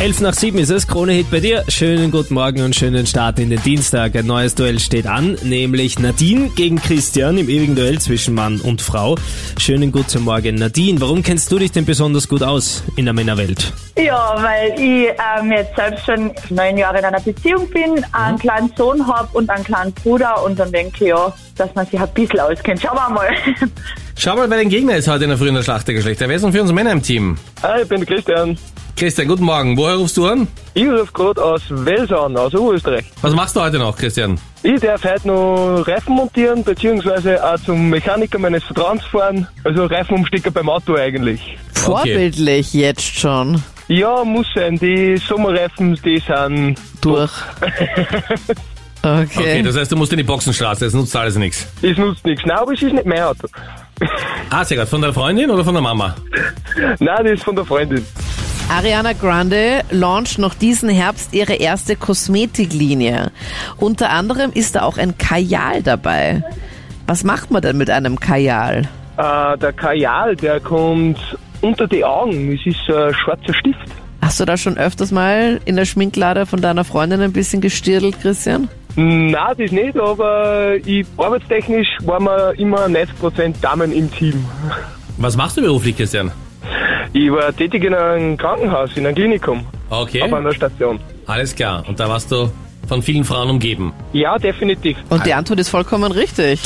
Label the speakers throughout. Speaker 1: 11 nach 7 ist es, Krone-Hit bei dir. Schönen guten Morgen und schönen Start in den Dienstag. Ein neues Duell steht an, nämlich Nadine gegen Christian im ewigen Duell zwischen Mann und Frau. Schönen guten Morgen, Nadine. Warum kennst du dich denn besonders gut aus in der Männerwelt?
Speaker 2: Ja, weil ich ähm, jetzt selbst schon neun Jahre in einer Beziehung
Speaker 1: Mhm.
Speaker 2: bin, einen kleinen Sohn habe und einen kleinen Bruder und dann denke ich ja, dass man sich ein bisschen auskennt. Schauen wir mal.
Speaker 3: Schau mal, wer dein Gegner ist heute in der frühen Schlachtergeschlechter. Wer ist denn für uns Männer im Team?
Speaker 4: Hi, ich bin der Christian.
Speaker 3: Christian, guten Morgen. Woher rufst du an?
Speaker 4: Ich rufe gerade aus Welsau an, aus Österreich.
Speaker 3: Was machst du heute noch, Christian?
Speaker 4: Ich darf heute noch Reifen montieren, beziehungsweise auch zum Mechaniker meines Vertrauens fahren. Also Reifenumsticker beim Auto eigentlich.
Speaker 5: Vorbildlich jetzt schon
Speaker 4: Ja, muss sein. Die Sommerreifen, die sind...
Speaker 5: durch. Okay.
Speaker 1: Äh.
Speaker 3: Okay, das heißt, du musst in die Boxenstraße, das nutzt alles nichts.
Speaker 4: Es nutzt nichts. Nein, aber es ist nicht mein Auto.
Speaker 3: Ah, sehr gut. Von der Freundin oder von der Mama?
Speaker 4: Nein, das ist von der Freundin.
Speaker 5: Ariana Grande launcht noch diesen Herbst ihre erste Kosmetiklinie. Unter anderem ist da auch ein Kajal dabei. Was macht man denn mit einem Kajal?
Speaker 4: Äh, der Kajal, der kommt unter die Augen. Es ist ein schwarzer Stift.
Speaker 5: Hast du da schon öfters mal in der Schminklade von deiner Freundin ein bisschen gestirdelt, Christian?
Speaker 4: Nein, das nicht, aber ich, arbeitstechnisch waren wir immer 90% Damen im Team.
Speaker 3: Was machst du beruflich, Christian?
Speaker 4: Ich war tätig in einem Krankenhaus, in einem Klinikum,
Speaker 3: Okay,
Speaker 4: auf
Speaker 1: ne?
Speaker 4: einer Station.
Speaker 3: alles klar. Und da warst du von vielen Frauen umgeben.
Speaker 4: Ja, definitiv.
Speaker 5: Und die Antwort ist vollkommen richtig.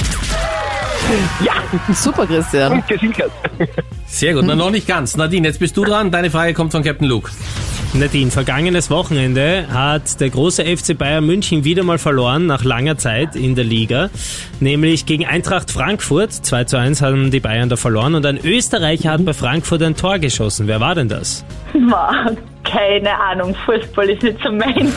Speaker 4: Ja,
Speaker 5: Super, Christian.
Speaker 4: und gesichert.
Speaker 3: Sehr gut, na
Speaker 1: Hm.
Speaker 3: noch nicht ganz. Nadine, jetzt bist du dran. Deine Frage kommt von Captain Luke.
Speaker 1: Nadine, vergangenes Wochenende hat der große FC Bayern München wieder mal verloren nach langer Zeit in der Liga, nämlich gegen Eintracht Frankfurt. 2 zu 1 haben die Bayern da verloren und ein Österreicher
Speaker 3: Mhm.
Speaker 1: hat bei Frankfurt ein Tor geschossen. Wer war denn das?
Speaker 2: Wow. Keine Ahnung, Fußball ist nicht so meins.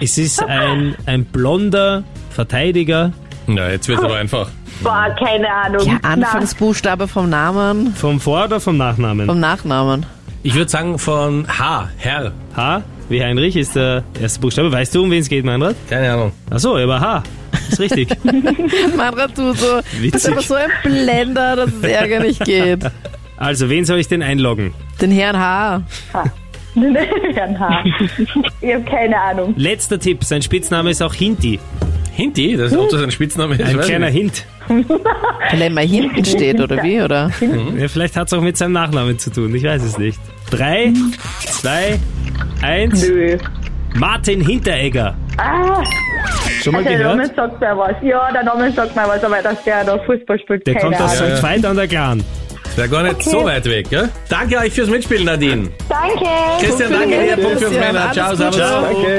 Speaker 1: Es ist ein, ein blonder Verteidiger
Speaker 3: Na, jetzt wird's aber einfach.
Speaker 2: Boah, keine Ahnung.
Speaker 5: Ja,
Speaker 2: Nein.
Speaker 5: Anfangsbuchstabe vom Namen,
Speaker 1: vom Vor- oder vom Nachnamen?
Speaker 5: vom Nachnamen.
Speaker 3: Ich würde sagen von H, Herr.
Speaker 1: H wie Heinrich ist der erste Buchstabe. Weißt du, um wen es geht, Meinrad?
Speaker 3: Keine Ahnung.
Speaker 1: Achso, aber H. Ist richtig.
Speaker 5: Manfred, du so, bist
Speaker 1: Witzig.
Speaker 5: aber so ein Blender, dass es ärgerlich geht.
Speaker 1: Also, wen soll ich denn einloggen?
Speaker 5: Den Herrn H.
Speaker 2: Herrn Haar. ich habe keine Ahnung.
Speaker 1: Letzter Tipp, sein Spitzname ist auch Hinti.
Speaker 3: Hinti, das ist, ob das ein Spitzname ist.
Speaker 1: Hm. Ein
Speaker 3: weiß ich
Speaker 1: kleiner
Speaker 3: nicht.
Speaker 1: Hint.
Speaker 5: Weil er immer hinten steht, oder wie, oder?
Speaker 1: Ja, vielleicht hat es auch mit seinem Nachnamen zu tun, ich weiß es nicht. Drei, zwei, eins.
Speaker 2: Nö.
Speaker 1: Martin Hinteregger.
Speaker 2: Ah,
Speaker 1: Schon mal
Speaker 2: der Name
Speaker 1: gehört?
Speaker 2: sagt mir was. Ja, der Name sagt mir was, aber dass der da Fußball spielt,
Speaker 1: Der
Speaker 2: keine
Speaker 1: kommt aus
Speaker 2: Ahnung.
Speaker 1: St. Veit an der Glan.
Speaker 3: Wäre gar nicht so weit weg, gell? Danke euch fürs Mitspielen, Nadine.
Speaker 2: Danke.
Speaker 3: Christian, danke dir. Punkt für Männer. Ciao,
Speaker 5: Alles Gute.
Speaker 3: servus.
Speaker 4: Danke.